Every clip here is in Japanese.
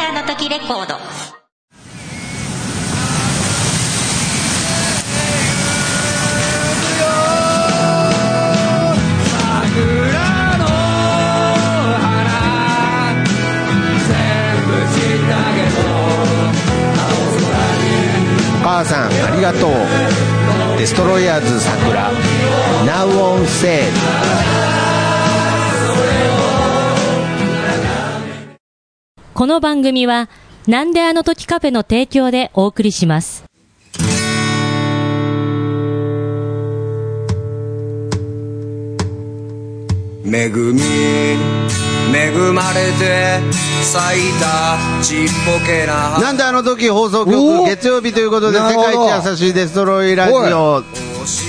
フォード母さんありがとうデストロイヤーズ桜 Now on sale この番組は、なんであの時カフェの提供でお送りします。恵み恵まれて咲いたちっぽけななんであの時放送お局お月曜日ということでな世るほど界一優しいデストロイラジオ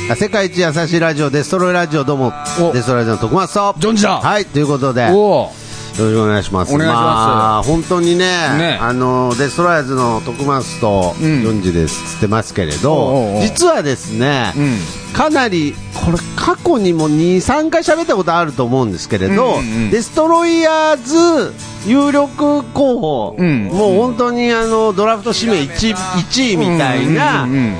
あ世界一優しいラジオデストロイラジオどうもおデストロイラジオの徳松さんジョンジだはいということでよおおろしくお願いしますお願いしますあ本当にねねあのデストロイヤーズの徳松とん4時ですっつってますけれど、おうおうおう実はですね、うんかなりこれ過去にも23回喋ったことあると思うんですけれど、うんうんうんデストロイヤーズ有力候補、うんもう本当にあのドラフト指名 1, 1位みたいな、うんうんうん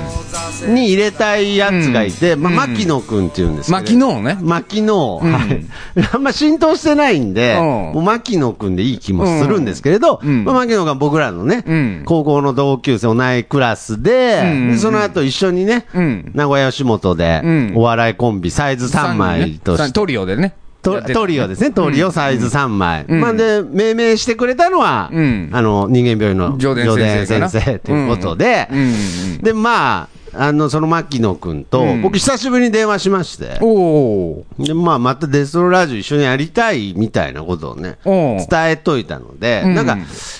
に入れたいやつがいて、うんまあ、うん牧野君っていうんですけど牧野ね牧野、んはい あんま浸透してないんで、うんもう牧野君でいい気もするんですけれど、うんまあ、牧野が僕らのね、うん高校の同級生同いクラスんで,、うんうんでその後一緒にね、うん名古屋吉本で、うんお笑いコンビサイズ3枚として、トリオでねトトリオですね、トリオサイズ3枚。んまあ、で、命名してくれたのは、うんあの、人間病院の上田先生上田先か生なということで、うんうんうんで、まあ、あの、その牧野君と、うん僕久しぶりに電話しまして、おおで、まあ、またデストロラジオ一緒にやりたいみたいなことをね、おう伝えといたので、うんなんか、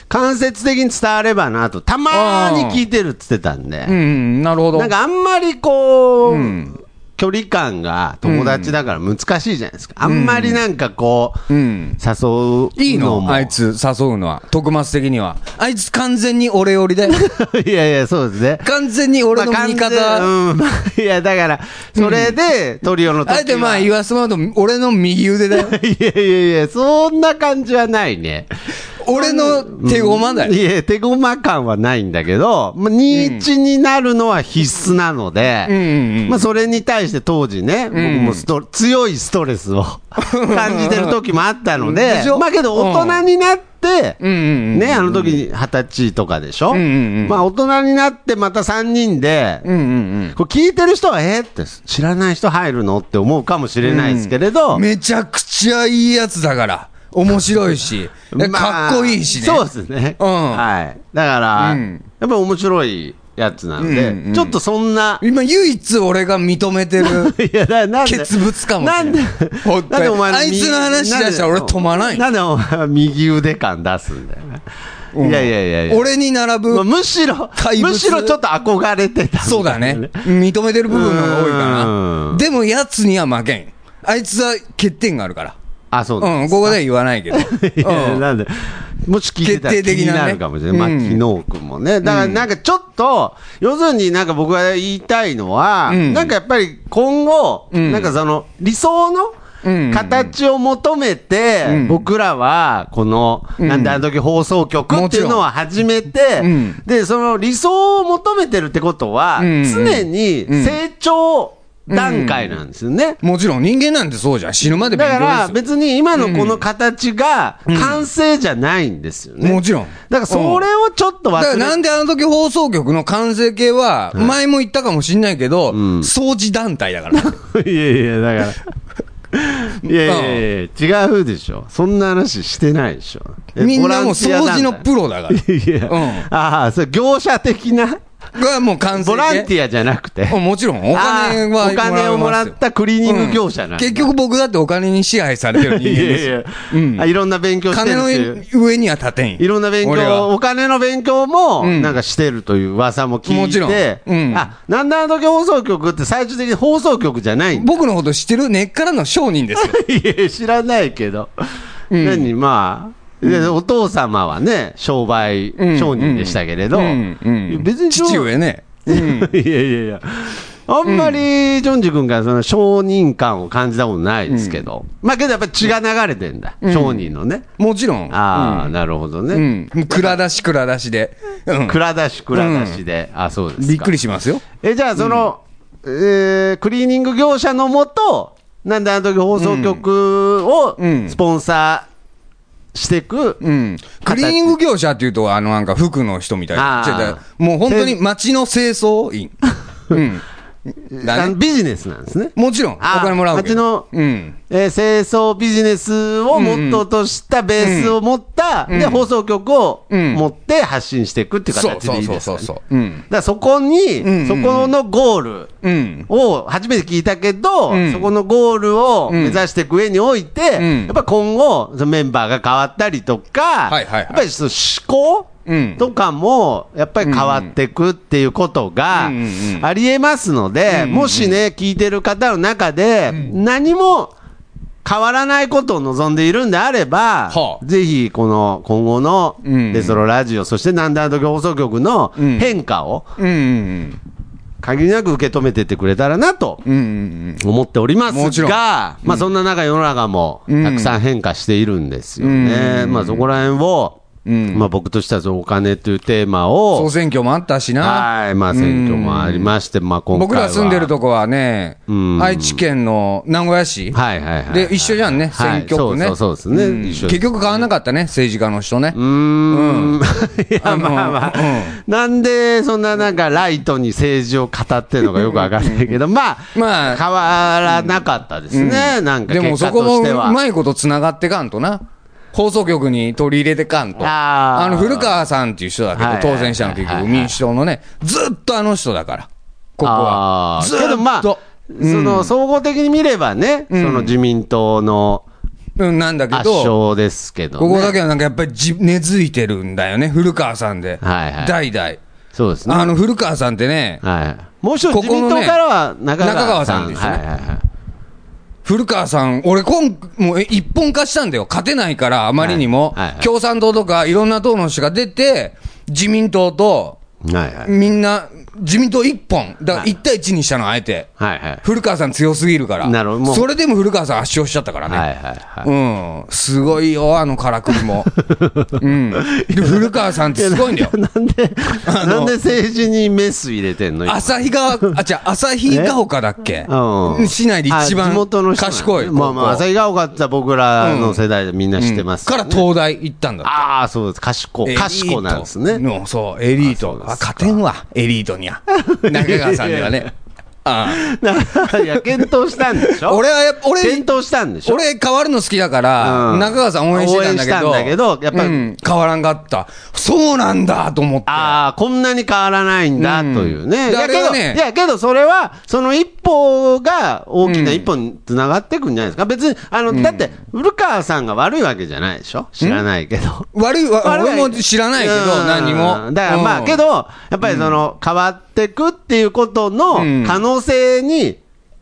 間接的に伝わればなと、たまーに聞いてるって言ってたんで、うんうんなるほどなんかあんまりこう、うん距離感が友達だから難しいじゃないですか。あんまりなんかこう、うん誘ういいのもあいつ誘うのは徳松的にはあいつ完全に俺寄りだよ いやいや、そうですね。完全に俺の味ま方、あ完全うん まあいや、だから、それで、トリオの時はあえてまあ言わせてもらうと俺の右腕だよ いやいやいや、そんな感じはないね。俺の手駒だよ、いや、手駒感はないんだけど、まあ、21になるのは必須なので、うんうんうんまあ、それに対して当時ね、僕もスト強いスト レスを感じてる時もあったのででし、ょまあけど大人になって、うんうんうんね、あの時に二十歳とかでしょ、んうんうんまあ大人になってまた3人で、うんうんこれ聞いてる人は、えーって知らない人入るのって思うかもしれないですけれど、うんめちゃくちゃいいやつだから面白いし、かっこいいしねそうですね。うんはい。だから、うんやっぱり面白いやつなので、うんうんちょっとそんな、 今唯一俺が認めてるいや、だなんで欠物かもしれないなんでほん、となにんでお前あいつの話出したら俺止まらんよなんでお前右腕感出すんだよ。いやいやいやい や。俺に並ぶ、まあむしろ、怪物むしろちょっと憧れてた。そうだね。認めてる部分の方が多いかうんな。でも、やつには負けん。あいつは欠点があるから。あ、そうだ、うん、ここでは言わ ないけど。 いやうんなんで、もし聞いてたら決気定に的なねなるかもしれない。うん牧野君もね。だからなんかちょっと、要するになんか僕が言いたいのは、んなんかやっぱり今後、んなんかその理想の、うん形を求めて、うん僕らは、この、なんであの時放送局っていうのは始めて、うんで、その理想を求めてるってことは、うん常に成長段階なんですよね。もちろん人間なんてそうじゃん。死ぬまで勉だ強かですよ。ら別に今のこの形が完成じゃないんですよね。もちろん。だからそれをちょっと忘だれからなんであの時放送局の完成形は、前も言ったかもしんないけど、掃除団体だから。いやいや、だ から。いやいやいや、違うでしょ。そんな話してないでしょ。 えみんボラなンもうティ掃ア団除体のプロだから。 いや、うんああ、それ業者的ながもう完成形。ボランティアじゃなくて。うんもちろん、お金はあーお金をももららえますよったクリーニング業者なんだ結局僕だってお金に支配されてるい人や間ですいよや、あいろんな勉強して金るっのていう。上には立てんよいろんな勉俺強、はお金の勉強も、んなんかしてるという噂も聞もいちろんて、うんあ、なんだあの時放送局って最終的に放送局じゃない んだ。僕のこと知ってる根っからの商人ですよいや、知らないけど。何、まあ、でお父様はね、商売ん商人でしたけれど、うんうん別に商 父上ねいやいやいや。あんまり、ジョンジ君からその承認感を感じたことないですけど。まあけどやっぱり血が流れてんだ。承認のね。もちろん。ああ、なるほどうね。ん。もう蔵出し蔵出しで。うん。蔵出し蔵出しで。あ、そうですか。びっくりしますよ。え、じゃあその、えークリーニング業者のもと、なんであの時放送局をうんスポンサーしていく、うん。クリーニング業者っていうと、あの、なんか服の人みたいあな。ー違う違うもう本当に街の清掃 員。うん。あだね。のビジネスなんですね。もちろん、おあー金もらうけど。街のうん。えー清掃ビジネスをモットーとしたベースを持った、んで、放送局をうん持って発信していくっていうそう形そでいういそうですそかうそう。ね。だかうん。らそこに、んうんそこのゴールうん。を初めて聞いたけど、んそこのゴールを目指していく上において、んやっぱ今後、そのメンバーが変わったりとか、はいはいはいやっぱりその思考、うんとかも、やっぱり変わっていくっていうことがうんうんうんありえますので、もしね、聞いてる方の中で、何も変わらないことを望んでいるんであればは、あぜひ、この今後のうんデストロラジオ、そしてなんだあの時放送局のん変化を、うんうん限りなく受け止めてってくれたらなとうん。うんうん思っておりますもちろんが、まあそんな中世の中もうんたくさん変化しているんですよね。まあそこら辺を、うんまあ僕としてはそのお金というテーマうん。を総、選挙もあったしな。はい、まあ選挙もありまして、まあ今回は。僕ら住んでるとこはねうん、愛知県の名古屋市。はいはいはい。で、一緒じゃんね、は選い挙区ね。そうそうそうですねん一緒です結局買わなかったね、政治家の人ね。うー ん。いや、あのまあまあう。なんで、そんななんかライトに政治を語ってるのかよくわかんないけど、まあ、まあ変わらなかったですね。なんかで結もそ果ことしもてうは。まいこと繋がってかんとな。放送局に取り入れてかんと。あーあの、古川さんっていう人だけはいどは、いはい当選者の結はい局、はい民主党のね、ずっとあの人だから、ここはあ。ーずっけどまあ、とそ。の、総合的に見ればね、その自民党のうん、なんだけ圧ど、勝ですけどね。ここだけはなんかやっぱりじ根付いてるんだよね、古川さんで。はいは代い々。そうですね。あの、古川さんってね、はい。もう一人こ自このね民党からは中中川川ささん。んですねはいはいはい。古川さん、俺今、もうえ一本化したんだよ。勝てないから、あまりにも。はいはいはい共産党とかいろんな党の人が出て、自民党と、はいはい。みんな、自民党一本。だから1対1にしたの、あえて。はいはい。古川さん強すぎるから。なるほどもうそれでも古川さん圧勝しちゃったからね。はいはいはい。うん。すごいよ、あのからくり も。うん。で、古川さんってすごいんだよ。なんで、あのなんで政治にメス入れてんの今旭川、あ、違う、旭ヶ丘だっけうん市内で一あ地番元の人なんですね賢い。まあまあ、高校旭川丘って僕らの世代でみんな知ってますかよらね。東大行ったんだってああ、そうです。賢い。賢なんですエリーね。トのそう、エリーあそうトで。すあ、勝てんわ、エリートには。中川さんでは ね。あいや、検討したんでしあょ俺はやっぱ、俺、検討したんでしょ俺変わるの好きだから、うん中川さん応援してたんだけど。応援したんだけどやっぱりうん変わらんかった。そうなんだと思って。ああ、こんなに変わらないんだ、うんというね。いでやあけれど、はいねやけど、それは、その一歩が大きな一歩につながっていくんじゃないですか。別に、あの、だって、古川さんが悪いわけじゃないでしょ知らないけど。悪いわ、悪い俺も知らないけど、うん何も。だからまあ、うんけど、、やっぱりその、変わってくっていうことうんの可能性に、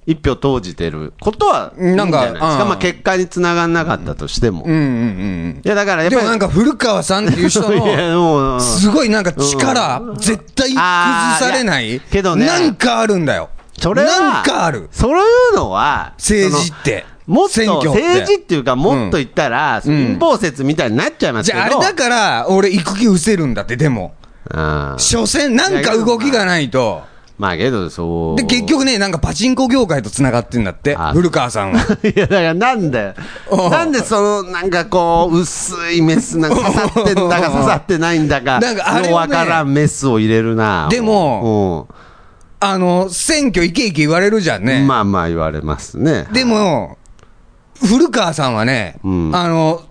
一票投じてることは、いいんじゃなないんでかすか。うんまあ、結果につながんなかったとしても。うんいうんうんや、だからうやん。でっぱもり、なんか古川さんっていう人 いやの、もうすごいなんか力、絶対崩されなあーいやい。けどねなんかあるんだよ。それは、なんかある。そういうのは、政治そのって。もっと、選挙って政治っていうか、もっと言ったら、ん貧乏説みたいになっちゃいますじけど。ゃああれだから、俺育休失せるんだって、でも。あー所詮、なんか動きがないと。まあけど、そう。で、結。局ね、なんかパチンコ業界と繋がってんだってあ、古川さんは。 いや、だからなんだよ。おうなんでその、なんかこう、薄いメスなんか刺さってんだ か刺さってないんだか、なんかあれをねようわからんメスを入れるな。でもうん、 あの、選挙いけいけ言われるじゃんね。まあまあ言われますね。でも、古川さんはね、んあの、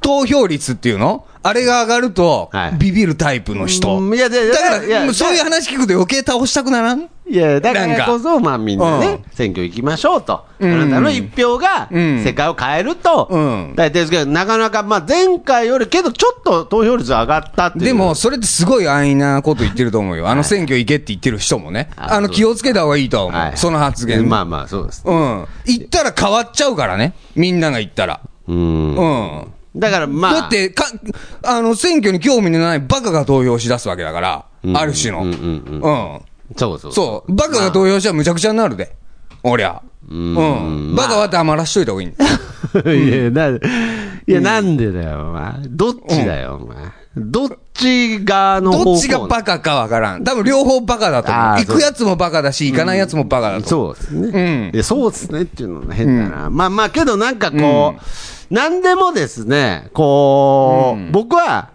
投票率っていうのあれが上がるとはい、ビビるタイプの人。うんいやいやいやだかいやいやら、そういう話聞くと余計倒したくならんいや、だからこそ、まあみんなうねん、選挙行きましょうと。うんあなたの一票が、うん世界を変えると。うん大体ですけど、なかなか、まあ前回よりけど、ちょっと投票率上がったっていう。でも、、それってすごい安易なこと言ってると思うよ。あの選挙行けって言ってる人もね。ああのそう気をつけた方がいいとはは思。いうその発言。まあまあ、そうです。うん。行ったら変わっちゃうからね。みんなが行ったら。うん。うん。だからまあ。だって、か、あの、選挙に興味のないバカが投票しだすわけだから。ある種の。うんうんうん。そうそうう。そう。バカが投票したらむちゃくちゃになるで。おりゃ。うん。バカは黙らしといた方がいいんだよ。いや、なんいや、なんでだよ、お前。どっちだよ、お前。どっちがの方向どっちがバカかわからん。多分両方バカだと思うあー。行くやつもバカだし、行かないやつもバカだと思う。そうですね。いやそうですねっていうのは変だな。まあまあ、けどなんかこう、なんでもですね、こう、僕は、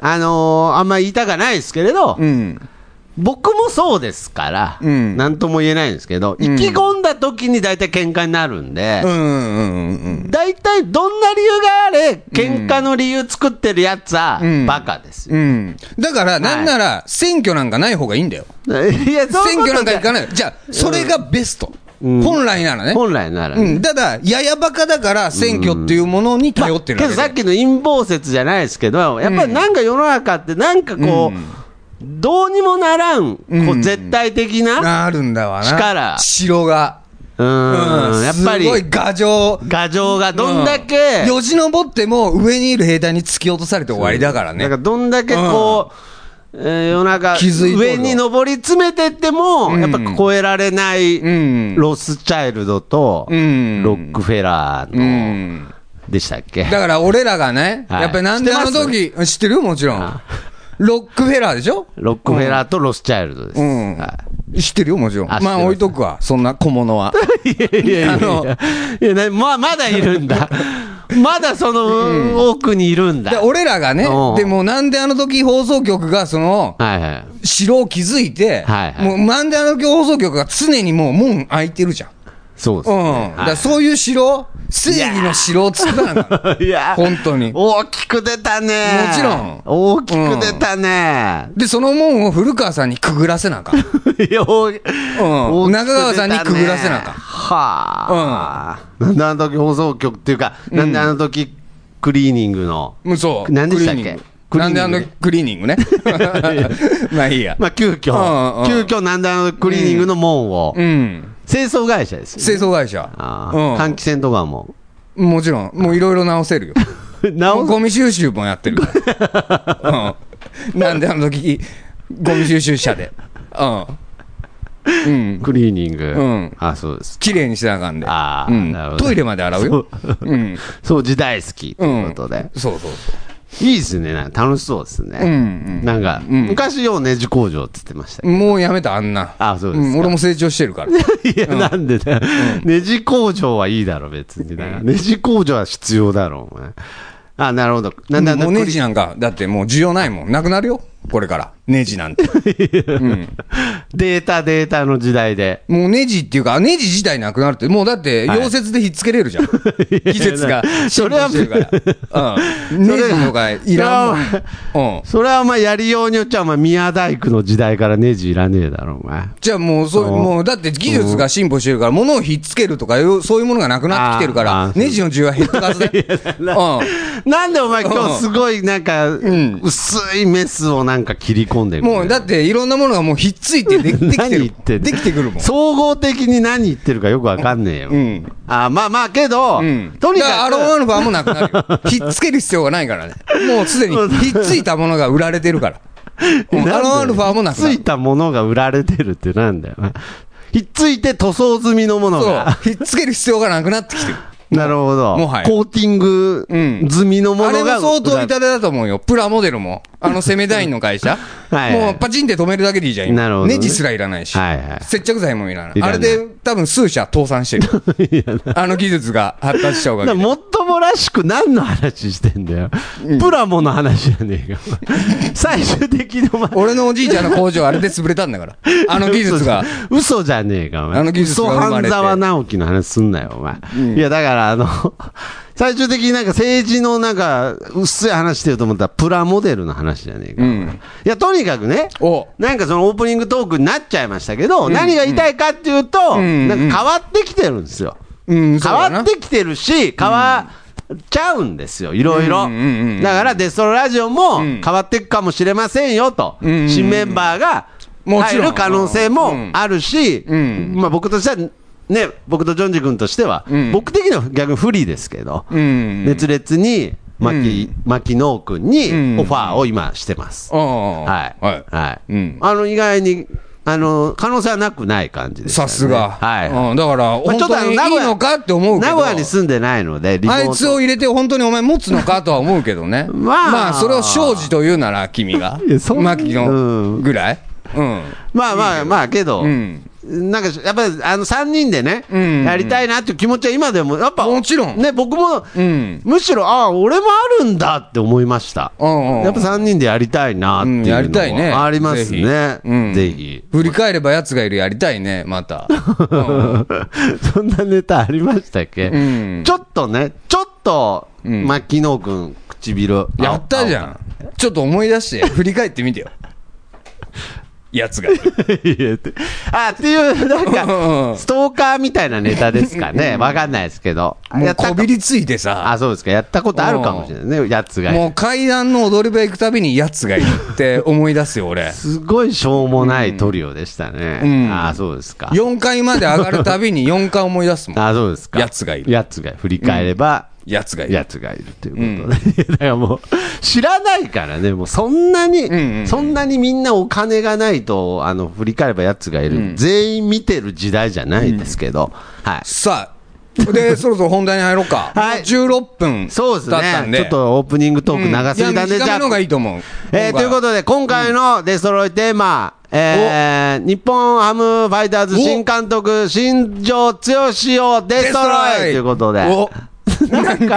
あのーあんま言いたくないですけれどう、ん。僕もそうですから、うんなんとも言えないんですけど、意気込んだ時に大体喧嘩になるんでう、んうんうんうん。大体どんな理由があれ、喧嘩の理由作ってるやつはん、バカですよ。うん。だから、なんなら、選挙なんかない方がいいんだよ。いや、そうい選うこと挙なんか行かない。ない。じゃあ、それがベスト。うん本来ならね。本来ならねうん。ただ、ややバカだから、選挙っていうものに頼ってるまあだけけどさっきの陰謀説じゃないですけど、やっぱりなんか世の中って、なんかこう、どうにもならん、こうんう絶対的な、あるんだわな。力城が。うーん、やっぱりすごい牙城。牙城がどんだけ、うんよじ登っても、上にいる兵隊に突き落とされて終わりだからなんねか。どんだけこう、えー世の中、気づいとるよ上に上り詰めてっても、んやっぱ超えられない、んロスチャイルドと、ロんックフェラーうの、ん。でしたっけだから、俺らがね、はいやっぱりなんであの時、知ってるよもちろんあ。ロックフェラーでしょロックフェラーとロスチャイルドです。うんはい知ってるよ、もちろん。あまあ、知ってます置いとくわ、そんな小物 は。いやいやいやいあのやいやなまあ、まだいるんだ。まだその奥にいるんだ。で俺らがねうん、でもなんであの時放送局がその、はいはい。城を築いて、はいはいもうなんであの時放送局が常にもう門開いてるじゃん。そうですうん。ね。だからそういう城、正義の城を作らなかっはいいや、本当に大きく出たね。もちろん大きく出たね。で、その門を古川さんにくぐらせなあ かん。いや大き大きく出たね中川さんにくぐらせなあかんはあ。なんであの時放送局っていうか、なんであの時クリーニングの。もうそう。何でしたっけクリーニングクなリーニんングであのクリーニングね。 まあいいや。まあ、急うんう遽、ん急遽なんであのクリーニングの門をう、ん。清掃会社ですよね。清掃会社。ああ換気扇とかも。うん。もちろん。もういろいろ直せるよ。直すゴミ収集もや ってるから。うん。なんであの時、ゴミ収集車で。うん。うん。クリーニング。んあ、そうです。綺麗にしなあかんで。あーうんなるほどトイレまで洗うよ。そううん。そう、時代好きとういん。うことで。そうそう。いいですね。なんか楽しそうですね。んなんか、昔ようネジ工場って言ってましたけもうやめた、あんな。あそうですかん俺も成長してる から。ど。いや、なんでだよ、ネジ工場はいいだろ、別に。なんかネジ工場は必要だろ、お前。あ、なるほど。なんだ、もうクリネジなんか、だってもう需要ないもん。なくなるよ。これから。ネジ なんて。 データ、データの時代で。もうネジっていうか、ネジ自体なくなるって、もうだって、はい溶接でひっつけれ るじゃん。技術が進そ歩れはしてるから。うん。ネジとかいらんもん。うん。それはお前やりようによっちゃ、お前宮大工の時代からネジいらねえだろ、お前。じゃあもう、そう、もう、だって技術が進歩してるから、物をひっつけるとかいう、そういうものがなくなってきてるかあら、ーネジの需要は減ったは ずだよ。なんでお前今う日んすごいなんか、ん薄いメスをなんか切り込んでうるん。ねもう、だって、いろんなものがもうひっついてで、でき何てる。言ってんのできてくるもん。 総合的に何言ってるかよくわかんねえよ。んあまあまあけど、うん。とにかだらアロンアく、ルファもなくなる よ。ひっつける必要がないからね。もうすでに、ひっついたものが売られてるから。うんなんだよアロンアルファもなくなつるい。たものが売られてるってなんだよな。ひっついて塗装済みのものそうが。。ひっつける必要がなくなってきてる。なるほど。もはやコーティングうん済みのもあれのもが。相当痛手だと思うよ。プラモデルも。あの、セメダインの会社。はいもう、パチンって止めるだけでいいじゃん。今なるほどねネジすらいらないし。はいはい接着剤もいらない。いらないあれで、多分数社倒産して る。あの技術が発達したおかだげかで。らもっともらしく何の話してんだよ。プラモの話じゃねえか。最終的にお前。俺のおじいちゃんの工場、あれで潰れたんだから。あの技術が。 嘘じゃねえか、お前。あの技術が生まれて嘘半沢直樹の話すんなよ、お前。いや、だから、あの、 最終的になんか政治のなんか、薄い話してると思ったら、プラモデルの話じゃねえか。お前うんいや、とにかくね、おなんかそのオープニングトークになっちゃいましたけど、何が言いたいかっていうと、んなんか変わってきてるんですよ。うん、そう変だなわってきてるし、変わっちゃうんですよ、いろいろうんうんうんうん。だから、デストロラジオも変わっていくかもしれませんよと、んうんうん新メンバーがもち入ろんる可能性もあるし、んまあ僕としては、ね、僕とジョンジ君としては、僕的には逆に不利ですけど、うん。熱烈に牧牧野君にんオファーを今してます。ああ。はい。はい。はい。うんあの、意外に、あの、可能性はなくない感じです、さすが。はい。うんだから、まあ本当にいあいのかって思うけど。名古屋に住んでないので、リモあートいつを入れて本当にお前持つのかとは思うけどね。まあそれを庄司というなら君が いや。そんマキのうんぐらいうん。まあまあまあけど、うんなんかやっぱりあの3人でね、んうんやりたいなっていう気持ちは今でも、やっぱもちろんね、僕も、うんむしろ、ああ、俺もあるんだって思いました、うんうんやっぱ3人でやりたいなっていううんやりたいねのはありますね、ぜひうんぜひ。振り返れば奴がいるやりたいね、また。 そんなネタありましたっけ、うんちょっとね、ちょっと、んまあ、昨日君、唇、やったじゃ ん。ちょっと思い出して、振り返ってみてよ。奴がいる。 いやってあっていう、なんうんうか、んストーカーみたいなネタですかね、わかんないですけど、もやうったこびりついてさ。あ、そうですか、やったことあるかもしれないね、やつが。。もう階段の踊り場行くたびにやつがいるって思い出すよ、俺すごいしょうもないトリオでしたね。うんあ、そうですか。 4階まで上がるた びに4階思い出すもん。あ、そうですか。やつがいるやつがいる振り返れば、やつがいる。やつがいるということで。 だからもう、知らないからね、もうそんなに、んうんうんそんなにみんなお金がないと、あの、振り返ればやつがいる、全員見てる時代じゃないですけど、はい。さあ、 で、そろそろ本題に入ろうか。はい16分そうですだったんね。で。ちょっとオープニングトーク長すぎたんで、うんいや短めの方がいいと思う。えーということで。で、今回の出揃いテーマ、えー日本ハムファイターズ新監督、新庄剛志を出揃いということで。おなんか、なん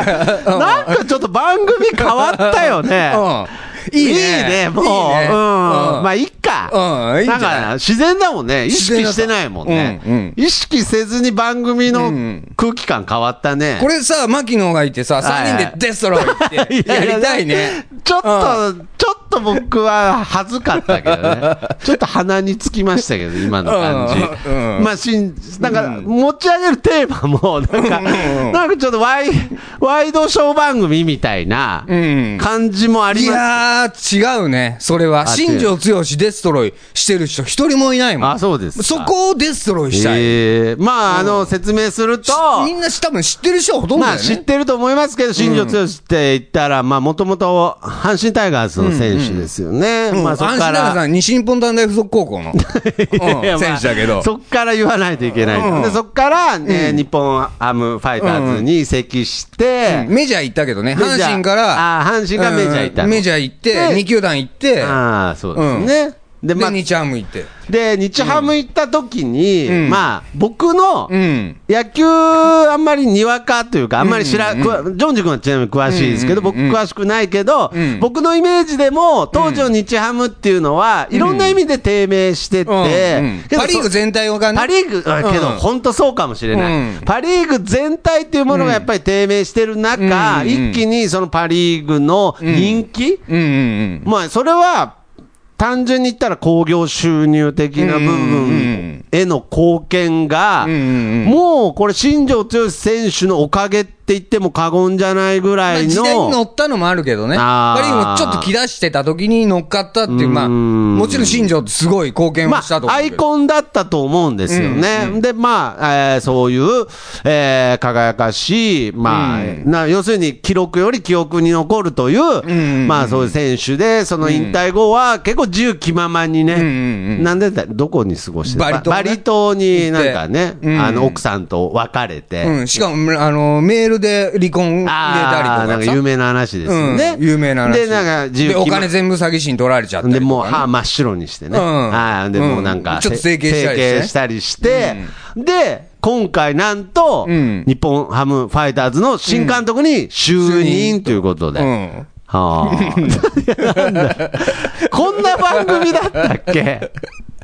かちょっと番組変わったよね。 うん。いいね。もう。いいねうん。まあ、いいっか。うんいいんじゃないだから、自然だもんね。意識してないもんね。自然だった意識せずに番組のうんうん空気感変わったね。これさ、牧野がいてさ、3人でデストロイって やりたいね。ちょっと、ちょっと僕は恥ずかったけどね。 ちょっと鼻につきましたけど、今の感じ。うんうんまあ、しん、なんか、持ち上げるテーマも、なんか、なんかちょっとワイ、ワイドショー番組みたいなうん感じもありいます。やー、違うね。それは。あ新庄剛志デストロイしてる人一人もいないもん。あそうですかそこをデストロイしたい。えーまあ、あの、説明すると、みんな多分知ってる人はほとんどだまよあね。知ってると思いますけど、新庄剛志って言ったら、まあもともと阪神タイガースの選手ですよね。うんまあそこか安心らな。さん、西日本短大附属高校の、 いやうんま選あ手だけど。そっから言わないといけない、うんでそっから、えー日本ハムファイターズに移籍して、メジャー行ったけどね、メジャー阪神から、あー阪神からメジャー行ったのうんメジャー行って、で2球団行って、ああそうですね、で、でまあ日ハム行って。で日ハム行った時に、うんまあ僕の、うん。野球、あんまりにわかというか、あんまり知ら、くわジョンジ君はちなみに詳しいですけど、うんうんう僕ん詳しくないけどん、僕のイメージでも、当時の日ハムっていうのは、いろんな意味で低迷してて、うんうんけどパ・リーグ全体がね、パ・リーグ、あけど、うん本当そうかもしれない、うんパ・リーグ全体というものがやっぱり低迷してる中、うん一気にそのパ・リーグの人気、うんうんまあ、それは単純に言ったら興行収入的うな部んう分んへの貢献が、うんうんうんもうこれ、新庄剛志選手のおかげって言っても過言じゃないぐまらあい時代に乗の。ったのもあるけどね。あーパ・リーグもちょっと気出してた時に乗っかったっていう、まあ、うんもちろん新庄ってすごい貢献をましたあと、思うアけイど。コンだったと思うんですよね。で、まあ、えーそういう、えー輝かしい、まあ、うんな要するに記録より記憶に残るという、んまあ、そういう選手で、その引退後は結構自由気ままにね、んうんうんなんでだ、どこに過ごしてバリ島ねバリ島になんかね、行ってあうの、ん奥さんと別れて、うん、しかも、あの、メールで離婚入れたりとあかあ、さ。なんか有名な話ですよね。うん、有名な話。で、なんか自由で、気まお金全部詐欺師に取られちゃったりとかで、ね、もう歯真っ白にしてね。うんはい。で、もうなんうか、んちょっと整形したりしてね整形したりしてで、今回なんと、うん日本ハムファイターズの新監督に就任ということで。うん。はあいやなんだ こんな番組だったっ け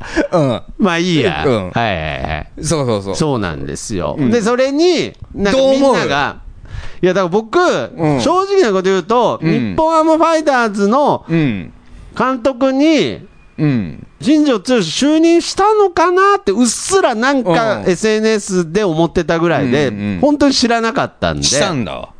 うまあいいや。うんはいはいはい。ん。そうそうそう。そうなんですよ。で、それに、なんかどうみん思うなが、いや、だから僕、ん正直なこと言うと、ん日本ハムファイターズのうん。監督に、うん。新庄剛志就任したのかなって、うっすらなんかうん SNS で思ってたぐらいで、うんうん本当に知らなかったんで、したんだわ。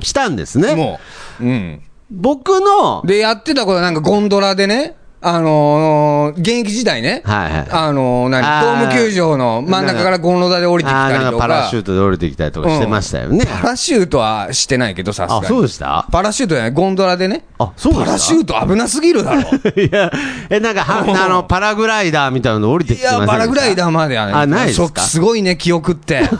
したんですね。もう。うん。僕の、で、やってたことはなんかゴンドラでね、あのー現役時代ね、はいはいあのー何あードーム球場の真ん中からゴンロダで降りてきあたーりなんとかか、パラシュートで降りてきたりとかしてましたよね。パラシュートはしてないけど、さすがあ、に。そうでしたパラシュートじゃない、ゴンドラでね。あそうパですかラシュート危なすぎるだろ。いや、え、なんかは、うんあの、パラグライダーみたいなの降りていきてませんや、でしたパラグライダーまではね。あないですかそすごいね、記憶 って。やっ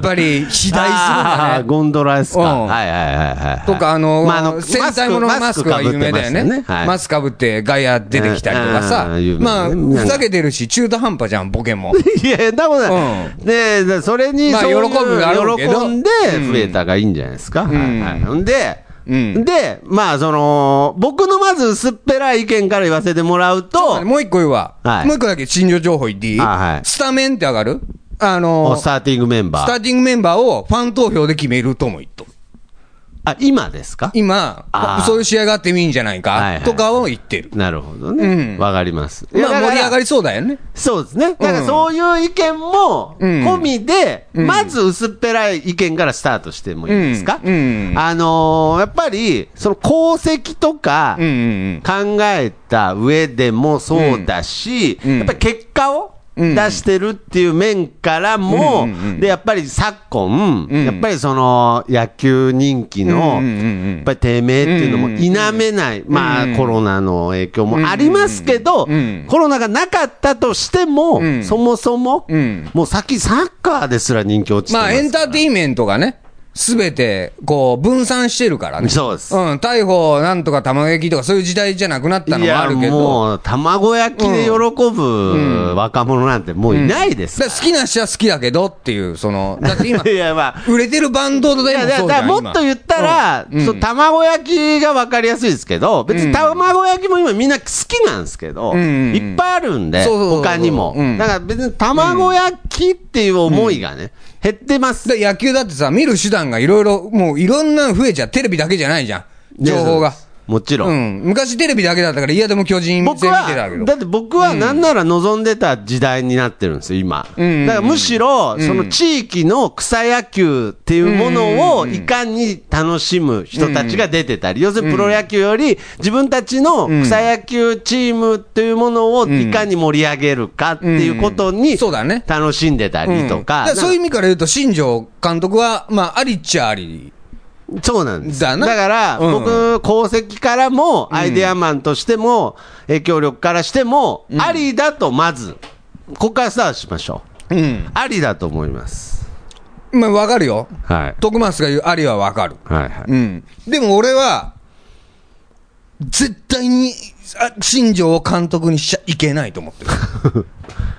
ぱり、肥大するんあーだね。ゴンドラですか。うんはいはいはいはい。とか、あの、ま戦隊もののマスクが有名だよね。マスはいクかぶってガイア出てきたりとかさ。うんあー有名まあ、ねなんかふざけてるし、中途半端じゃん、ボケ も。いや、そんなことない。ねえで、それに、まあそういう喜ぶだろうけど喜んでうん増えたがいいんじゃないですか。んはいはいんで、うんで、まあ、その、僕のまず薄っぺらい意見から言わせてもらうと、もう一個言うわ。はいもう一個だけ、新庄情報言っていい、あはいスタメンって上がるあの、ススターティングメンバター。ーティングメンバーをファン投票で決めるとも言っとる。あ、今ですか今あー、そういう試合があってもいいんじゃないはいかはいとかを言ってる。なるほどうね。んわ、かります。いやまあだから盛り上がりそうだよね。そうですね。だかうんらそういう意見もうん込みで、うんまず薄っぺらい意見からスタートしてもいいですか、うんうんあのーやっぱり、その功績とかうんうん考えた上でもそうだし、うんうんやっぱり結果をうん出してるっていう面からも、うんうんうんで、やっぱり昨今、うんやっぱりその野球人気の、うんうんうんうんやっぱり低迷っていうのも否めない、まあ、コロナの影響もありますけど、うんうんコロナがなかったとしても、んそもそも、うんもう先サッカーですら人気落ちてまますあ、から。エンターテインメントがね、すべて、こう、分散してるからね。そうですうん、逮捕、なんとか玉焼きとかそういう時代じゃなくなったのいもあや、るけど、もう、卵焼きで喜ぶ若者なんてもういないでだすから好きな人は好きだけどっていう、その、だって今 、いや、まあ、売れてるバンドでもいや、だそうじだゃからん。もっと言ったら、そう卵焼きが分かりやすいですけど、別に卵焼きも今みんな好きなんですけど、うんうんいっぱいあるんで、そうそうそうそう他にもうん。だから別に卵焼きっていう思いがね、減ってます。だから野球だってさ、見る手段がいろいろ、もういろんなの増えちゃう。テレビだけじゃないじゃん。情報が。もちろ。うんん。昔テレビだけだったから、いやでも巨人僕戦見てたはけ、どだ。って僕はなんなら望んでた時代になってるんですよ、今。だかんらむしろ、その地域の草野球っていうものをいかに楽しむ人たちが出てたり、要するにプロ野球より自分たちの草野球チームっていうものをいかに盛り上げるかっていうことうんにそうだね楽しんでたりとかうんだら。そういう意味から言うと、新庄監督は、まあ、ありっちゃあり。そうなんです。だだなから、うん僕、功績からも、アイデアマンとしても、影響力からしても、ありだと、まず、ここからスタートしましょうんう。。ありだと思います。まあ、わかるよ。はい。徳松が言うありはわかる。はいはうい。ん。でも俺は、絶対に、あ新庄を監督にしちゃいけないと思ってる。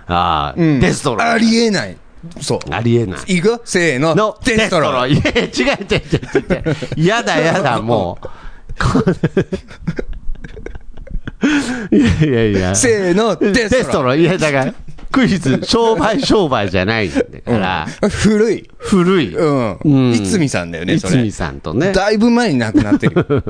ああ、うんデストロイ。ありえない。そう。ありえない。いくよせーの。の、デストロイ。イ。いや、違う違う違う違う。やだや だ、もう。 いやいやいや。せーの、デデスストトロイ。ロイ。いや、だから、クイズ、商売商売じゃないんだから、古い。古い。うん。うんいつみさんだよね、いそつれみ。さんとね。だいぶ前に亡くなって る。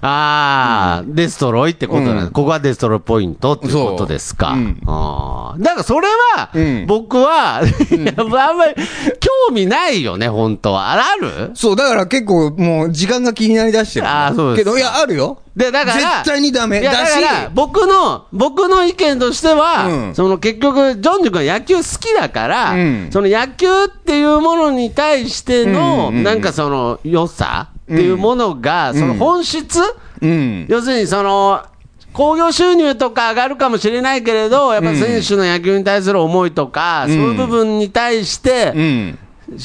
ああ、デストロイってことなんです、うんここはデストロイポイントっていうことですか。そううんああだからそれは、うん僕は、いや あんまり興味ないよね、本当は。ああるそう、だから結構もう時間が気になりだしてる。あーそうですけど、いや、あるよ。で、だから、絶対にダメいやだだしから、僕の、僕の意見としては、うんその結局、ジョンジュ君は野球好きだから、うんその野球っていうものに対しての、うんうんうんなんかその、良さっていうものが、その本質、うん。要するにその、興行収入とか上がるかもしれないけれど、やっぱ選手の野球に対する思いとか、そういう部分に対して、うん。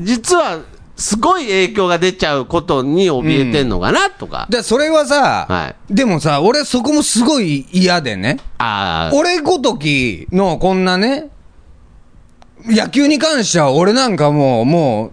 実はすごい影響が出ちゃうことに怯えてんのかなとか、で、それはさ、はでもさ、俺そこもすごい嫌でね。あー俺ごときのこんなね、野球に関しては俺なんかもう、もう、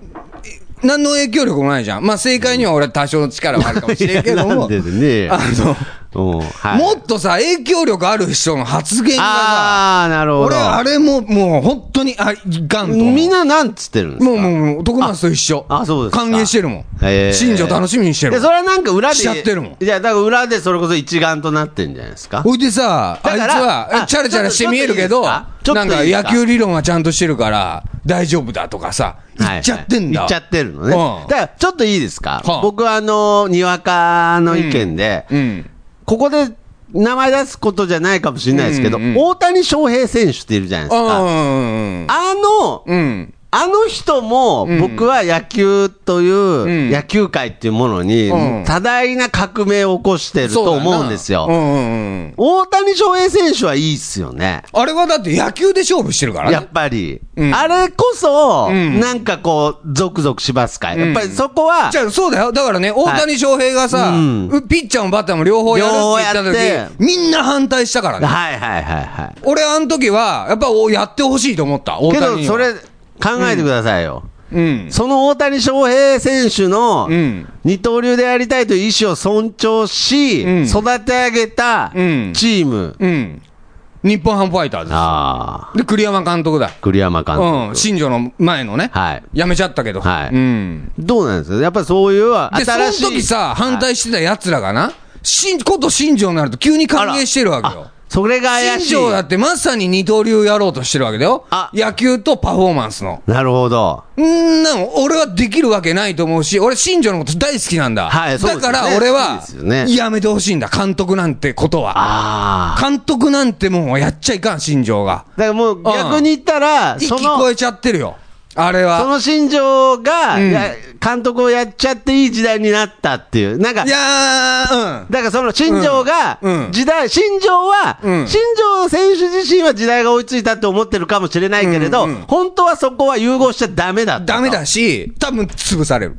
何の影響力もないじゃん。まあ正解には俺は多少の力はあるかもしれんけどなもん、でね、あの、うんはい、もっとさ、影響力ある人の発言がさ、ああ、なるほど。俺あれももう本当にあいかんと思う。みんななんつってるんですかもうもうもう、徳松と一緒。ああそうですか歓迎してるもん。へー新庄楽しみにしてるでもそん。れはなんか裏で。しちゃってるもんいや、だから裏でそれこそ一丸となってんじゃないですか。ほいでさ、あだいつからは、あチャラチャラして見えるけど、ちょなっとちょっといんいですかか野球理論はちゃんとしてるから、大丈夫だとかさ、言っちゃってんだ。はいはい言っちゃってるのね。うんだから、ちょっといいですか、はあ僕はあの、にわかの意見で、うん。ここで名前出すことじゃないかもしれないですけど、うんうん大谷翔平選手っているじゃないですか。うんあの、うん。あの人も僕は野球という、ん野球界っていうものにうん多大な革命を起こしてると思うんですよ。そうだなうんうんうん。大谷翔平選手はいいっすよね。あれはだって野球で勝負してるからやねっ。ぱり、うんあれこそ、うんなんかこう、ゾクゾクしますか、んやっぱりそこはじ、ゃあそうだよ。だからね、大谷翔平がさ、うんうピッチャーもバッターも両方やるって両方言やっったて時、みんな反対したからね。 はいはいはいは俺あの時は、やっぱおやってほしいと思った。大い。け谷にはど、それ、、考えてくださいよ。うん。その大谷翔平選手のうん二刀流でやりたいという意思を尊重し、うん育て上げたチうんーム、うん。日本ハムファイターズであす。で、栗山監督だ。あ、栗山監督、うん。新庄の前のね。はい辞めちゃったけど。はいうん。どうなんですか、やっぱりそういうで、そ新のしい、時さ、反対してた奴らがな、しん、こと新庄になると急に歓迎してるわけよ。それが怪し新い、庄だってまさに二刀流やろうとしてるわけだよあ。野球とパフォーマンスの。なるほど、んなん、俺はできるわけないと思うし、俺新庄のこと大好きなんだ。はいそうだですかよねら俺はそうですよ、ねやめてほしいんだ、監督なんてことは。ああ、監督なんてもうやっちゃいかん、新庄が。だからもう逆に言ったら、息そ超のえちゃってるよ。あれそは。の新庄が、うんや監督をやっちゃっていい時代になったっていう、なんか い、やー、うん。だからその新庄がうんうん、時代、新庄は、うん新庄選手自身は時代が追いついたって思ってるかもしれないけれど、うんうん本当はそこは融合しちゃダメだったとダメだし、多分潰される。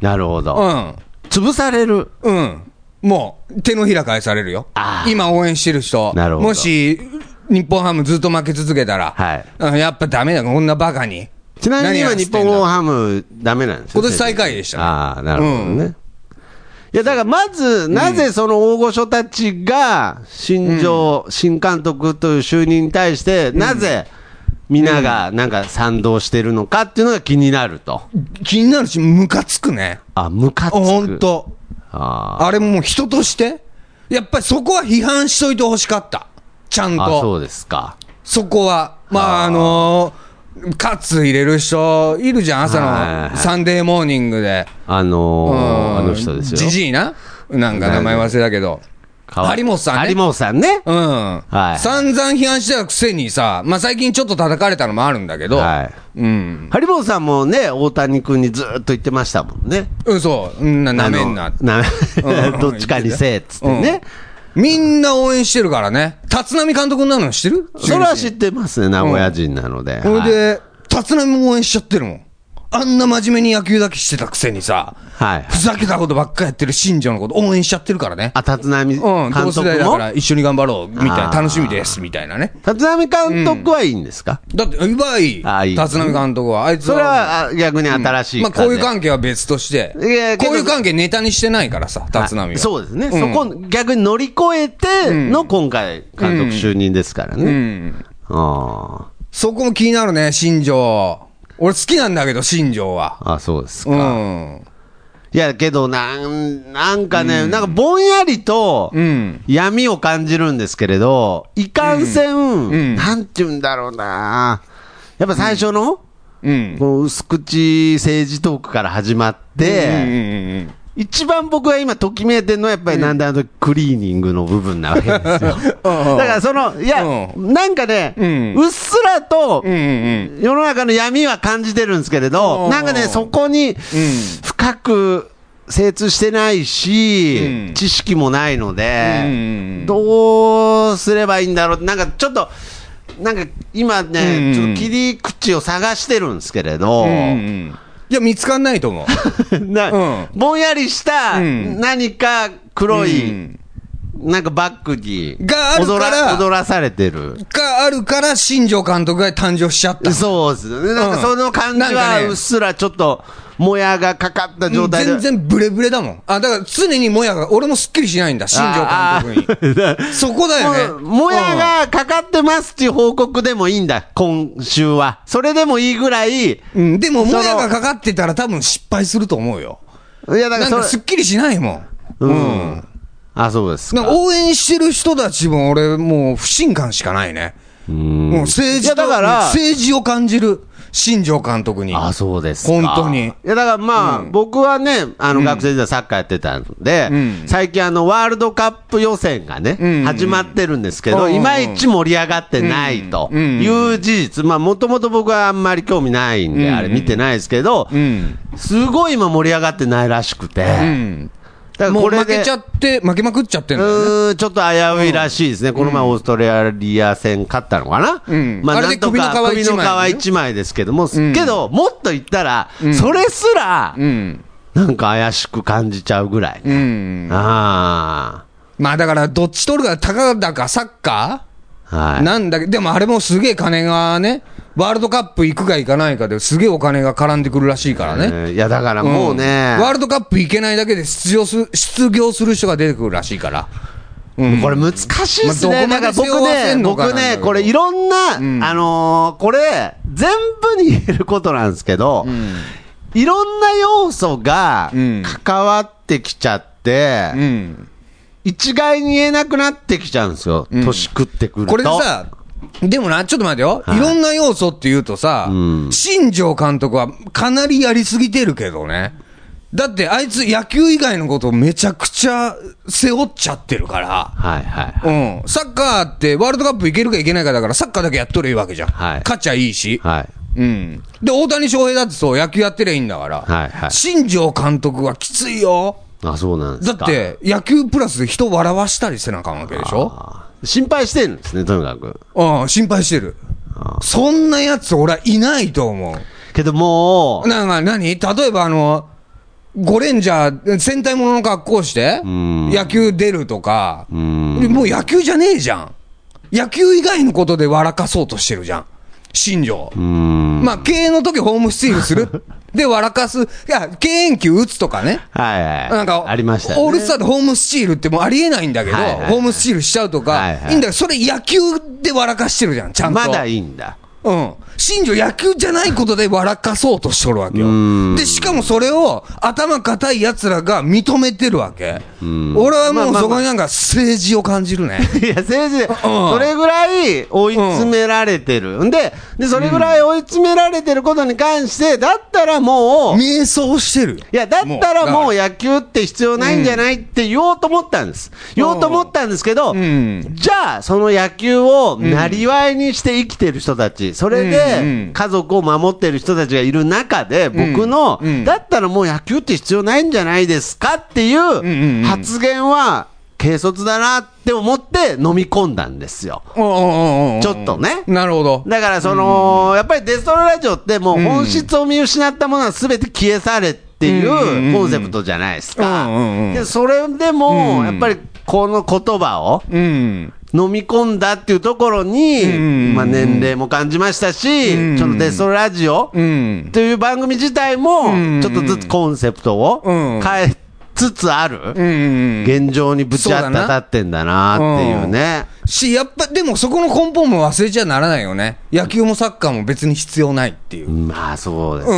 なるほど、うん。潰される。うん。もう、手のひら返されるよあ。ー今応援してる人。なるほどもし、日本ハムずっと負け続けたら、はいうんやっぱダメだ、こんなバカに。ちなみに今何や日って本んだハムダメなんですよ今年最下位でしたねああ、なるほどね。ういや、だからまず、なぜその大御所たちが、新庄、新監督という就任に対して、なぜ、皆がなんか賛同してるのかっていうのが気になると。気になるし、ムカつくね。あ、ムカつく。ほんと。ああれももう人として、やっぱりそこは批判しといてほしかった。ちゃんーあ、と。そうですか。そこは。まあ、あのー、カツ入れる人いるじゃん、朝はのいサンデーモーニングで。あのー、あの人ですよ。じじいな。なんか名前忘れたけど。かわいい有本さんね有本さんね。うん。はい散々批判してたくせにさ、まあ、最近ちょっと叩かれたのもあるんだけど、はい。うん。有本さんもね、大谷君にずーっと言ってましたもんね。うん、そう。んな、なめん な。なめうん どっちかにせえっつってね。うん。みんな応援してるからね。立浪監督になるの知ってるそれは知っってますね、名古屋人なので。ほいはいで、立浪も応援しちゃってるもん。あんな真面目に野球だけしてたくせにさ、はいふざけたことばっかやってる新庄のこと応援しちゃってるからね。あ、立浪監うん、同世督代だかもら一緒に頑張ろう、みたいな、あー楽しみです、みたいなね。立浪監督はいいんですかだって、うばいい、あーいい立浪監督は、あいつそれはあ逆に新しいまあ、風。こういう関係は別としていや、けどこういう関係ネタにしてないからさ、立浪はは。いそうですね。んそこ、逆に乗り越えての今回、監督就任ですからうね。ん。あそこも気になるね、新庄。俺好きなんだけど、新庄は。ーあ、そうですうか。ん。いや、けど、なん、なんかね、なんかぼんやりとん、闇を感じるんですけれど、いかんせんん、なんて言うんだろうな。やっぱ最初の、うん。こう薄口政治トークから始まっうんて、うん一番僕が今ときめいてるのはやっぱりなんだあのクリーニングの部分なわけで すよ。だからその、いや、うなんかね、ううんっすらとうん。うんうん世の中の闇は感じてるんですけれうど、んなんかね、そこに深く精通してないし、うん知識もないので、うんどうすればいいんだろうってなんかちょっと、なんか今うね、んちょっと切り口を探してるんですけれど、うんうん。いや、見つかんないと 思う。なうんぼんやりしたうん何か黒うい、んなんかバッグにがある踊から踊らされてる。があるから、新庄監督が誕生しちゃった。そうですね。なんうんかその感じなんかはねうっすらちょっと、もやがかかった状態で。全然ブレブレだもん。あ、だから常にもやが、俺もすっきりしないんだ、新庄監督に。そこだ よね。 もうもやがかかってますっていう報告でもいいんだ、今週は。それでもいいぐらい。いうん、うんでも、もそのやがかかってたら多分失敗すると思うよ。や、だなんからかそすっれ、きりしないもん。うん。あ、そうですなか。んか応援してる人たちも俺もう不信感しかないね。もう政治いやとだから政治を感じる。新庄監督に。あ、そうですか。本当にいや、だからまあ、僕はね、あの、学生時代サッカーやってたんで、うん最近あの、ワールドカップ予選がね、ん始まってるんですけうんうど、んいまいち盛り上がってないという事実、まあ、もともと僕はあんまり興味ないんで、うんあれ見てないですけど、うん。すごい今盛り上がってないらしくて、うん。だからもこうれ負でけちゃって、負けまくっちゃってんだよね。うーんちょっと危ういらしいですね、この前、オーストラリア戦勝ったのかな、うんまあれなでんと首のか皮一首の枚皮一枚ですけども、けど、もっと言ったら、それすら、うん。なんか怪しく感じちゃうぐらい、うん。あまあだから、どっち取るか、たかだかサッカあ、はーい、なんだけど、でもあれもすげえ金がね、ワールドカップ行くか行かないかですげえお金が絡んでくるらしいからね。えーいや、だからもうねん、ワールドカップ行けないだけで出場する、失業する人が出てくるらしいから。うん。これ難しいですまあどね、こまでだから僕背負わせね、んのか僕なんだけね、どこれ、いろんな、んあのーこれ、全部に言えることなんですけど、いろんな要素がうん関わってきちゃって、うん。一概に言えなくなってきちゃうんですよ、ん年食ってくると。これでさ、でもな、ちょっと待ってよ。いいろんな要素っていうとさ、うん新庄監督はかなりやりすぎてるけどね。だってあいつ野球以外のことをめちゃくちゃ背負っちゃってるから。はいはいはい。うん。サッカーってワールドカップいけるかいけないかだからサッカーだけやっとればいいわけじゃん。はい勝っちゃいいし。はい。うん。で、大谷翔平だってそう、野球やってりゃいいんだから。はいはい新庄監督はきついよ。あ、そうなんですだっか。、て、野球プラスで人笑わしたりせなあかんわけでしょ心配してるんですね、とにかく。うん、心配してる。そんなやつ俺はいないと思けどもう。なんか何例えばあの、ゴレンジャー、戦隊ものの格好して、ん野球出るとか、う、うーん。もう野球じゃねえじゃん。野球以外のことで笑かそうとしてるじゃん。新庄。うーん。まあ、敬遠の時ホームスチールす る。で、笑かす。いや、敬遠球打つとかね。はいはい。なんか、ありましたオーよルね。スターでホームスチールってもうありえないんだけど、はいはいはいホームスチールしちゃうとか、はいいいはいんだけど、それ野球で笑かしてるじゃん、ちゃんと。まだいいんだ。うん。新庄野球じゃないことで笑かそうとしとるわけよ。で、しかもそれを頭固い奴らが認めてるわけ。俺はまあもまあうまあそこになんか政治を感じるね。いや、先生、うんそれぐらい追い詰められてる。んで、で、それぐらい追い詰められてることに関して、だったらもう、瞑想してるよ。いや、だったらもううだか野球って必要ないんじゃないって言おうと思ったんです。言おうと思ったんですけど、んじゃあ、その野球をなりわいにして生きてる人たち、それうんうんで家族を守ってる人たちがいる中で、僕の、うんだったらもう野球って必要ないんじゃないですかっていんうんう発言は、軽率だなって思って飲み込んだんですよ。うんうんうんうんちょっとねなるほど。だからその、やっぱりデストロラジオってもう本質を見失ったものは全て消え去れっていうコンセプトじゃないですうんうんうんか。で、それでも、やっぱりこの言葉をうん。飲み込んだっていうところに、んまあ年齢も感じましたんし、そのデストロラジオうん。という番組自体も、ちょっとずつコンセプトをうん変えつつあうる、ん。現状にぶち当たってんだなっていうね。し、やっぱ、でもそこの根本も忘れちゃならないよね。野球もサッカーも別に必要ないっていう。まあそうです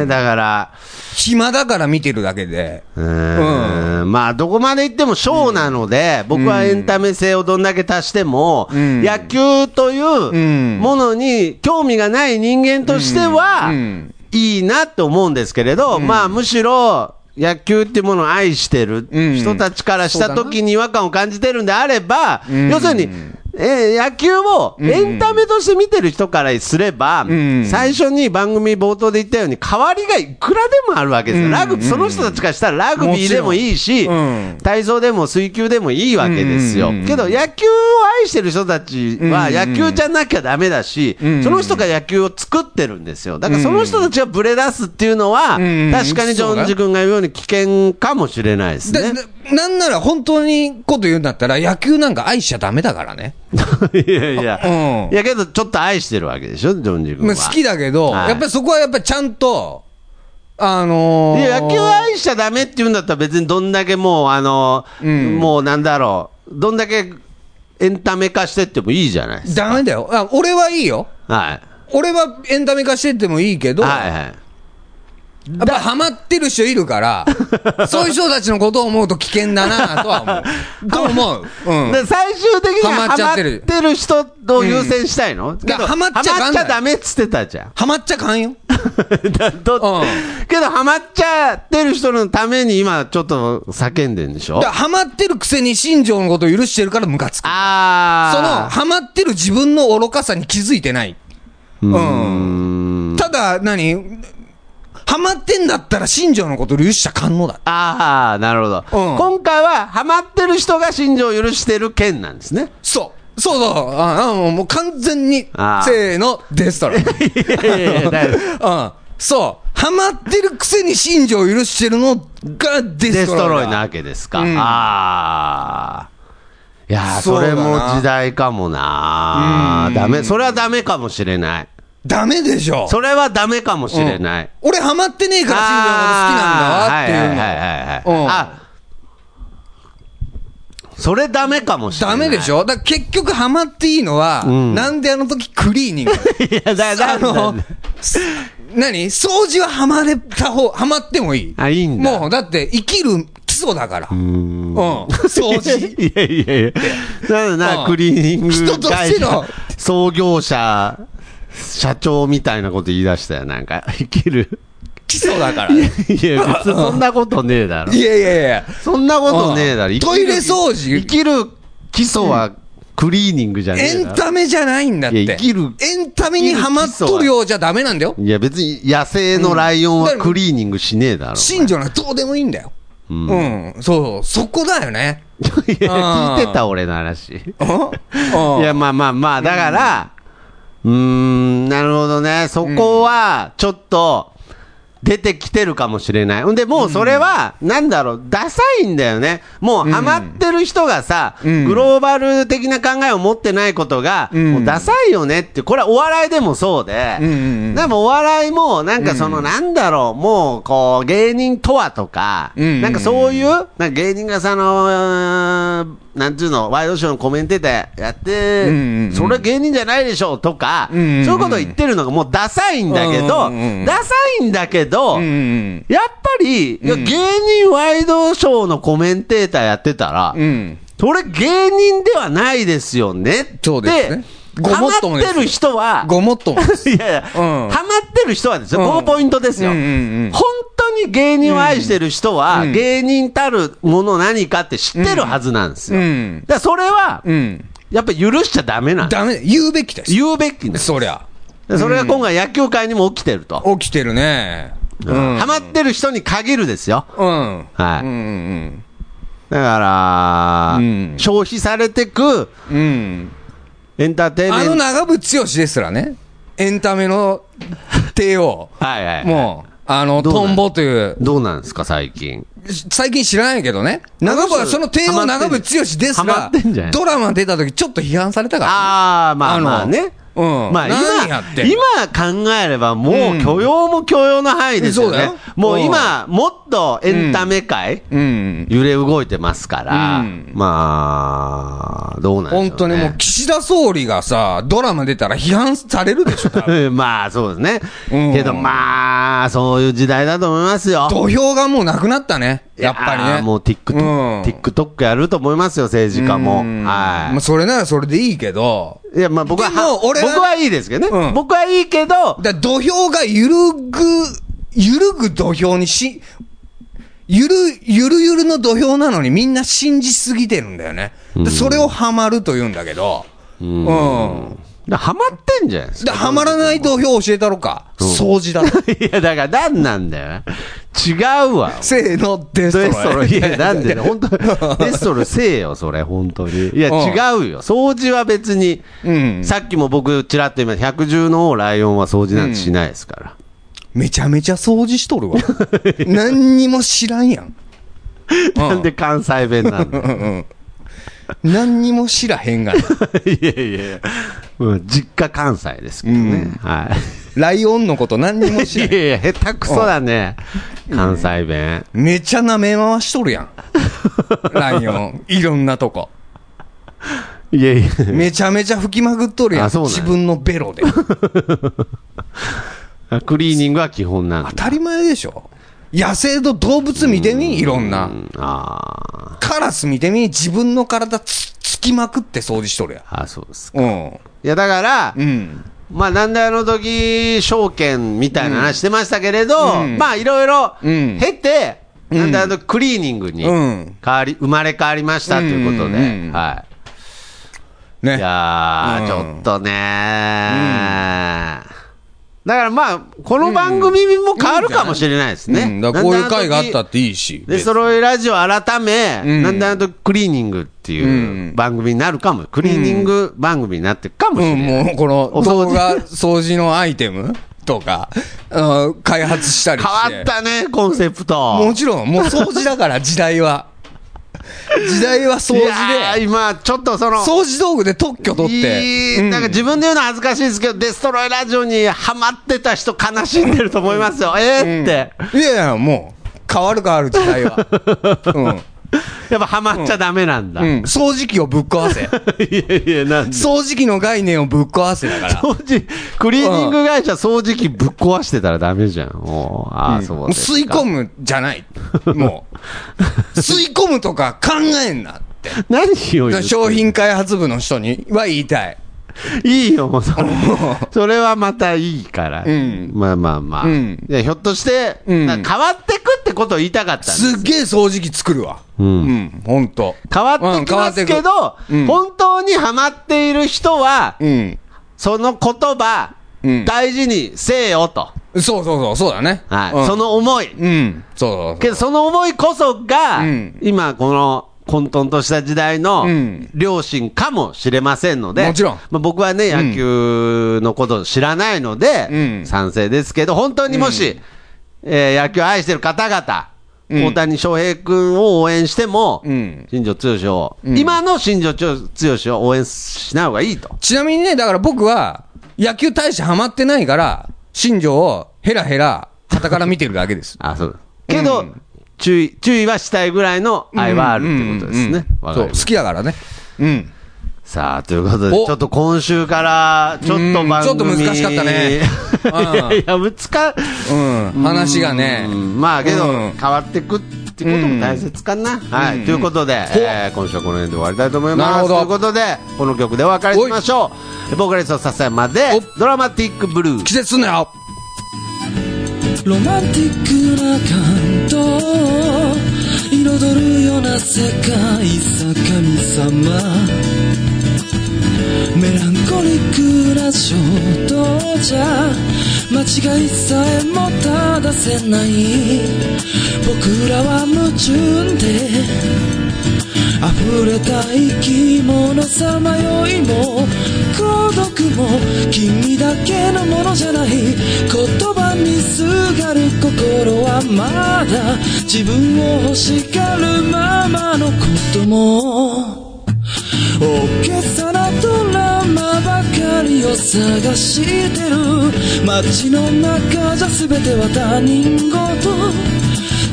ね。だから、暇だから見てるだけで。うーんまあ、どこまで行ってもショーなので、僕はエンタメ性をどんだけ足しても、ん野球といんうものに興味がない人間としては、うんうんいいなと思うんですけれど、まあ、むしろ、野球っていうものを愛してる人たちからした時に違和感を感じてるんであれば、ん要するに、えー野球をエンタメとして見てる人からすれば、ん最初に番組冒頭で言ったように、代わりがいくらでもあるわけですよ。ラグビー、その人たちからしたらラグビーでもいいし、うん体操でも水球でもいいわけですうよ。んうんうんけど、野球を愛してる人たちは、野球じゃなきゃダメだし、んその人が野球を作ってるんですよ。だから、その人たちがブレ出すっていうのは、ん確かにジョンジ君が言うように危険かもしれないですでね。ななんなら本当にこと言うんだったら、野球なんか愛しちゃダメだからね。 いやいや、うんいやけど、ちょっと愛してるわけでしょ、ジョンジ君まは。あ、好きだけど、はいやっぱりそこはやっぱりちゃんと、あのーいや野球を愛しちゃダメって言うんだったら別にどんだけもうあの、もうなんだろうどんだけエンタメ化してってもいいじゃないですかダメだよ。あ俺はいいよ。はい俺はエンタメ化してってもいいけど、はいはいやっぱハマってる人いるから、そういう人たちのことを思うと危険だなとは思う。と思う。うん。で最終的にはハハマっちゃマっっててるる人を優先したいの、けどいやハマっちゃダメハマっちゃダメっつって たじゃん。ハマっちゃかんよ。だどうけど、ハマっちゃってる人のために今、ちょっと叫んでんでしょだからハマってるくせに新庄のことを許してるからムカつく。その、あハマってる自分の愚かさに気づいてない。うん。ただ、何ハマってんだったら新庄のこと許しちゃかんのだ。あー、なるほど。うん今回は、ハマってる人が心情を許してる件なんです ね。そう。そうそう。ああもうもう完全に、せあーーの、デストロイ。いやいやいや、だからうん。そう。ハマってるくせに新庄を許してるのがデデストロスイだ。トロイなわけですか。うんああ。いやーそそうだれなも時代かもな。ダメ。それはダメかもしれない。ダメでしょ。それはダメかもしれない。俺ハマってねえから新庄のこあーと好きなんだわっていうの。はいはいはいはいうんあそれダメかもしれなダい。メでしょだから結局ハマっていいのは、んなんであの時クリーニング。いや、だ、だ、あだの、す何掃除はハマれた方、ハマってもいい。あいいんだもう、だって生きる基礎だから。うん。掃除。 いやいやいや。なんだうな、んクリーニング会社。人としての創業者、社長みたいなこと言い出したよ、なんか。生きる。基礎だから。い いや、別にそんなことねえだろ。やいやいや。 そんなことねえだろ。うん生きるトイレ掃除生きる基礎はクリーニングじゃねエえンだろ。タメじゃないんだって。いや生きるエンタメにハマっとるようじゃダメなんだよ。いや、別に野生のライオンはクリーニングしねえだろ。 信条なんかどうでもいいんだよ。うん。そう、そこだよね。いや、あー聞いてた俺の話。いうんや、まあまあまあ、だから、うーん、なるほどね。そこは、ちょっと、出てきてるかもしれない。んで、もうそれは、なんだろう、ダサいんだよね。もう、ハマってる人がさ、んグローバル的な考えを持ってないことが、んもうダサいよねって、これはお笑いでもそうで、うんうんでもお笑いも、なんかその、なんだろう、もう、こう、芸人とはとか、うんなんかそういう、なんか芸人がその、うーんなんていうの、ワイドショーのコメンテーターやって、うんうんうんそれは芸人じゃないでしょうとか、うんうんうんそういうことを言ってるのがもうダサいんだけど、うんうんうんダサいんだけど、うんうん。やっぱり、いや芸人ワイドショーのコメンテーターやってたら、うん。それ芸人ではないですよねって、そうですねごもっともハですマってる人は、ごもっ ともです。いやいや、うんハマってる人はですよ、うんこのポイントですよ、うんうんうん本当に芸人を愛してる人は、うん芸人たるもの何かって知ってるはずなんですよ。うんだからそれは、うん。やっぱ許しちゃダメなんだ。ダメ、言うべきです。言うべきなんです。そりゃ。でそれが今回野球界にも起きてると。起きてるね。ううんん。ハマってる人に限るですよ。うん。はいうんうんだから、うん消費されてくうん。うん。エンターテインメあント。の長渕剛ですらね、エンタメの帝王。はいはいはいもう、あの、どうなのトンボという、どうなんですか、最近。し最近知らないけどね。長あの渕、人その帝王長渕剛ですハマらってんじゃない、ドラマ出た時ちょっと批判されたからね。ああ、まああのまあね。うんまあ何やってんの今、今考えればもう許容も許容の範囲ですうよんそうだねよ。もう今、もっとエンタメ界、うん。揺れ動いてますから、うんまあ、どうなんでしょう、ね。本当にもう、岸田総理がさ、ドラマ出たら批判されるでし ょ、多分まあ、そうですね。うんけど、まあ、そういう時代だと思いますよ。土俵がもうなくなったね。やっぱりいやね。ーもう TikTok、うん TikTok やると思いますよ、政治家も。うんはまあ、それならそれでいいけど、い。いや、まあ僕はでも俺は僕はいいですけどね。うん僕はいいけど、だから土俵が揺るぐ、揺るぐ土俵にし、ゆる、ゆるゆるの土俵なのにみんな信じすぎてるんだよね。でそれをハマると言うんだけど、うん。だハマってんじゃないですで、か。ハマらない土俵を教えたろか。掃除だろ。 いや、だから、なんなんだよな。違うわ。 せーの、デストロイ。デストロイ、いや、なん でね、本当デストロイせえよ、それ、本当に。いや、うん違うよ。掃除は別に、うんさっきも僕、ちらっと言いました、110の王ライオンは掃除なんてしないですから。めちゃめちゃ掃除しと るわ。何にも知らんやん。なんで関西弁なんだよ 何にも知らへんがな。いやいやいや、うん実家関西ですけどね。はい。ライオンのこと何にもい知らやへん。いや、下手くそだね。関西弁。めちゃ舐め回しとるやん。ライオン。いろんなとこ。いやいや。めちゃめちゃ吹きまくっとるやん。あそうなんや自分のベロで。あクリーニングは基本なんだ当たり前でしょ野生の動物見てみいろんなうんあカラス見てみ自分の体つつきまくって掃除しとるやーあそうですかうんいやだから、うんまあなんであの時証券みたいな話してましたけれど、んまあいろいろうん経て、なんであのクリーニングに変うんわり、生まれ変わりましたということうで、んはいいねやー、うんちょっとねだからまあ、この番組も変わるかもしれないですね。うんだからこういう会があったっていいしで、そろいラジオ改め、んなんであの時クリーニングっていう番組になるかも、クリーニング番組になってるかもうしれん、ない。もうこのお掃除動画掃除のアイテムとか、うん開発したりして。変わったね、コンセプト。もちろん、もう掃除だから、時代 は。時代は掃除いやーで、今、ちょっとその、掃除道具で特許取っいいて。うんなんか自分で言うのは恥ずかしいですけど、デストロイラジオにハマってた人悲しんでると思いますよ。えーって。いやいや、もう、変わる変わる時代 は。うんやっぱハマっちゃダメなんだ。うん。掃除機をぶっ壊せ。いやいや、なんで。掃除機の概念をぶっ壊せだから。掃除、クリーニング会社掃除機ぶっ壊してたらダメじゃん。もう、ああ、そうもうです吸いか込むじゃない。も う。吸い込むとか考えんなって。何を言う商品開発部の人には言いたい。いいよ、 もうそれ。それはまたいいから。んまあまあまあ。んいやひょっとして、んなんか変わってくってことを言いたかったんですすっげえ掃除機作るわ。うん。ほんと。変わってきますけうんど、うん本当にハマっている人は、変わってくその言葉、うん大事にせよと。うん。そうそうそう、そうだね。はい。うんそ。の思い。うん。そうそうけそう。ど、その思いこそが、うん今、この混沌とした時代のうん両親かもしれませんので、もちろんまあ、僕はね、野球のことを知らないので、うん賛成ですけど、本当にもし、えー野球を愛してる方々、うん大谷翔平君を応援しても、うん新庄剛志を、今の新庄剛志を応援しない方がいいと。。ちなみにね、だから僕は、野球大してハマってないから、新庄をヘラヘラ、傍から見てるだけですあ、そうけど、うん注意、注意はしたいぐらいの愛は あるってことですうんうんね。うんわそかう、好りましたきだからね。うん。さあ、ということで、おちょっと今週から、ちょっと番組。うんちょっと難しかったね いやいや、難か、うん。話がね。うんまあけど、うん変わっていくってことも大切かな。はい、ということで、えー今週はこの辺で終わりたいと思いまなるほす。とどいうことで、この曲でお別れしましょう。ボーカリスト笹山で、ドラマティックブルー。季節すんなよロマンティックな感動を彩るような世界さ神様メランコリックな衝動じゃ間違いさえも正せない僕らは矛盾で溢れた生き物さまよいも孤独も君だけのものじゃない言葉にすがる心はまだ自分を欲しがるままのことも大げさなドラマばかりを探してる街の中じゃ全ては他人事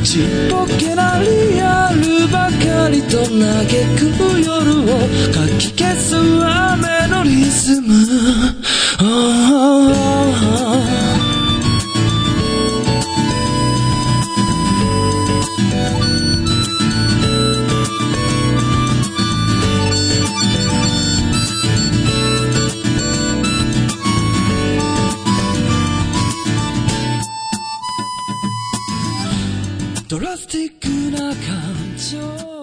ちっぽけなリアルばかりと嘆く夜をかき消す雨のリズムああドラスティックな感情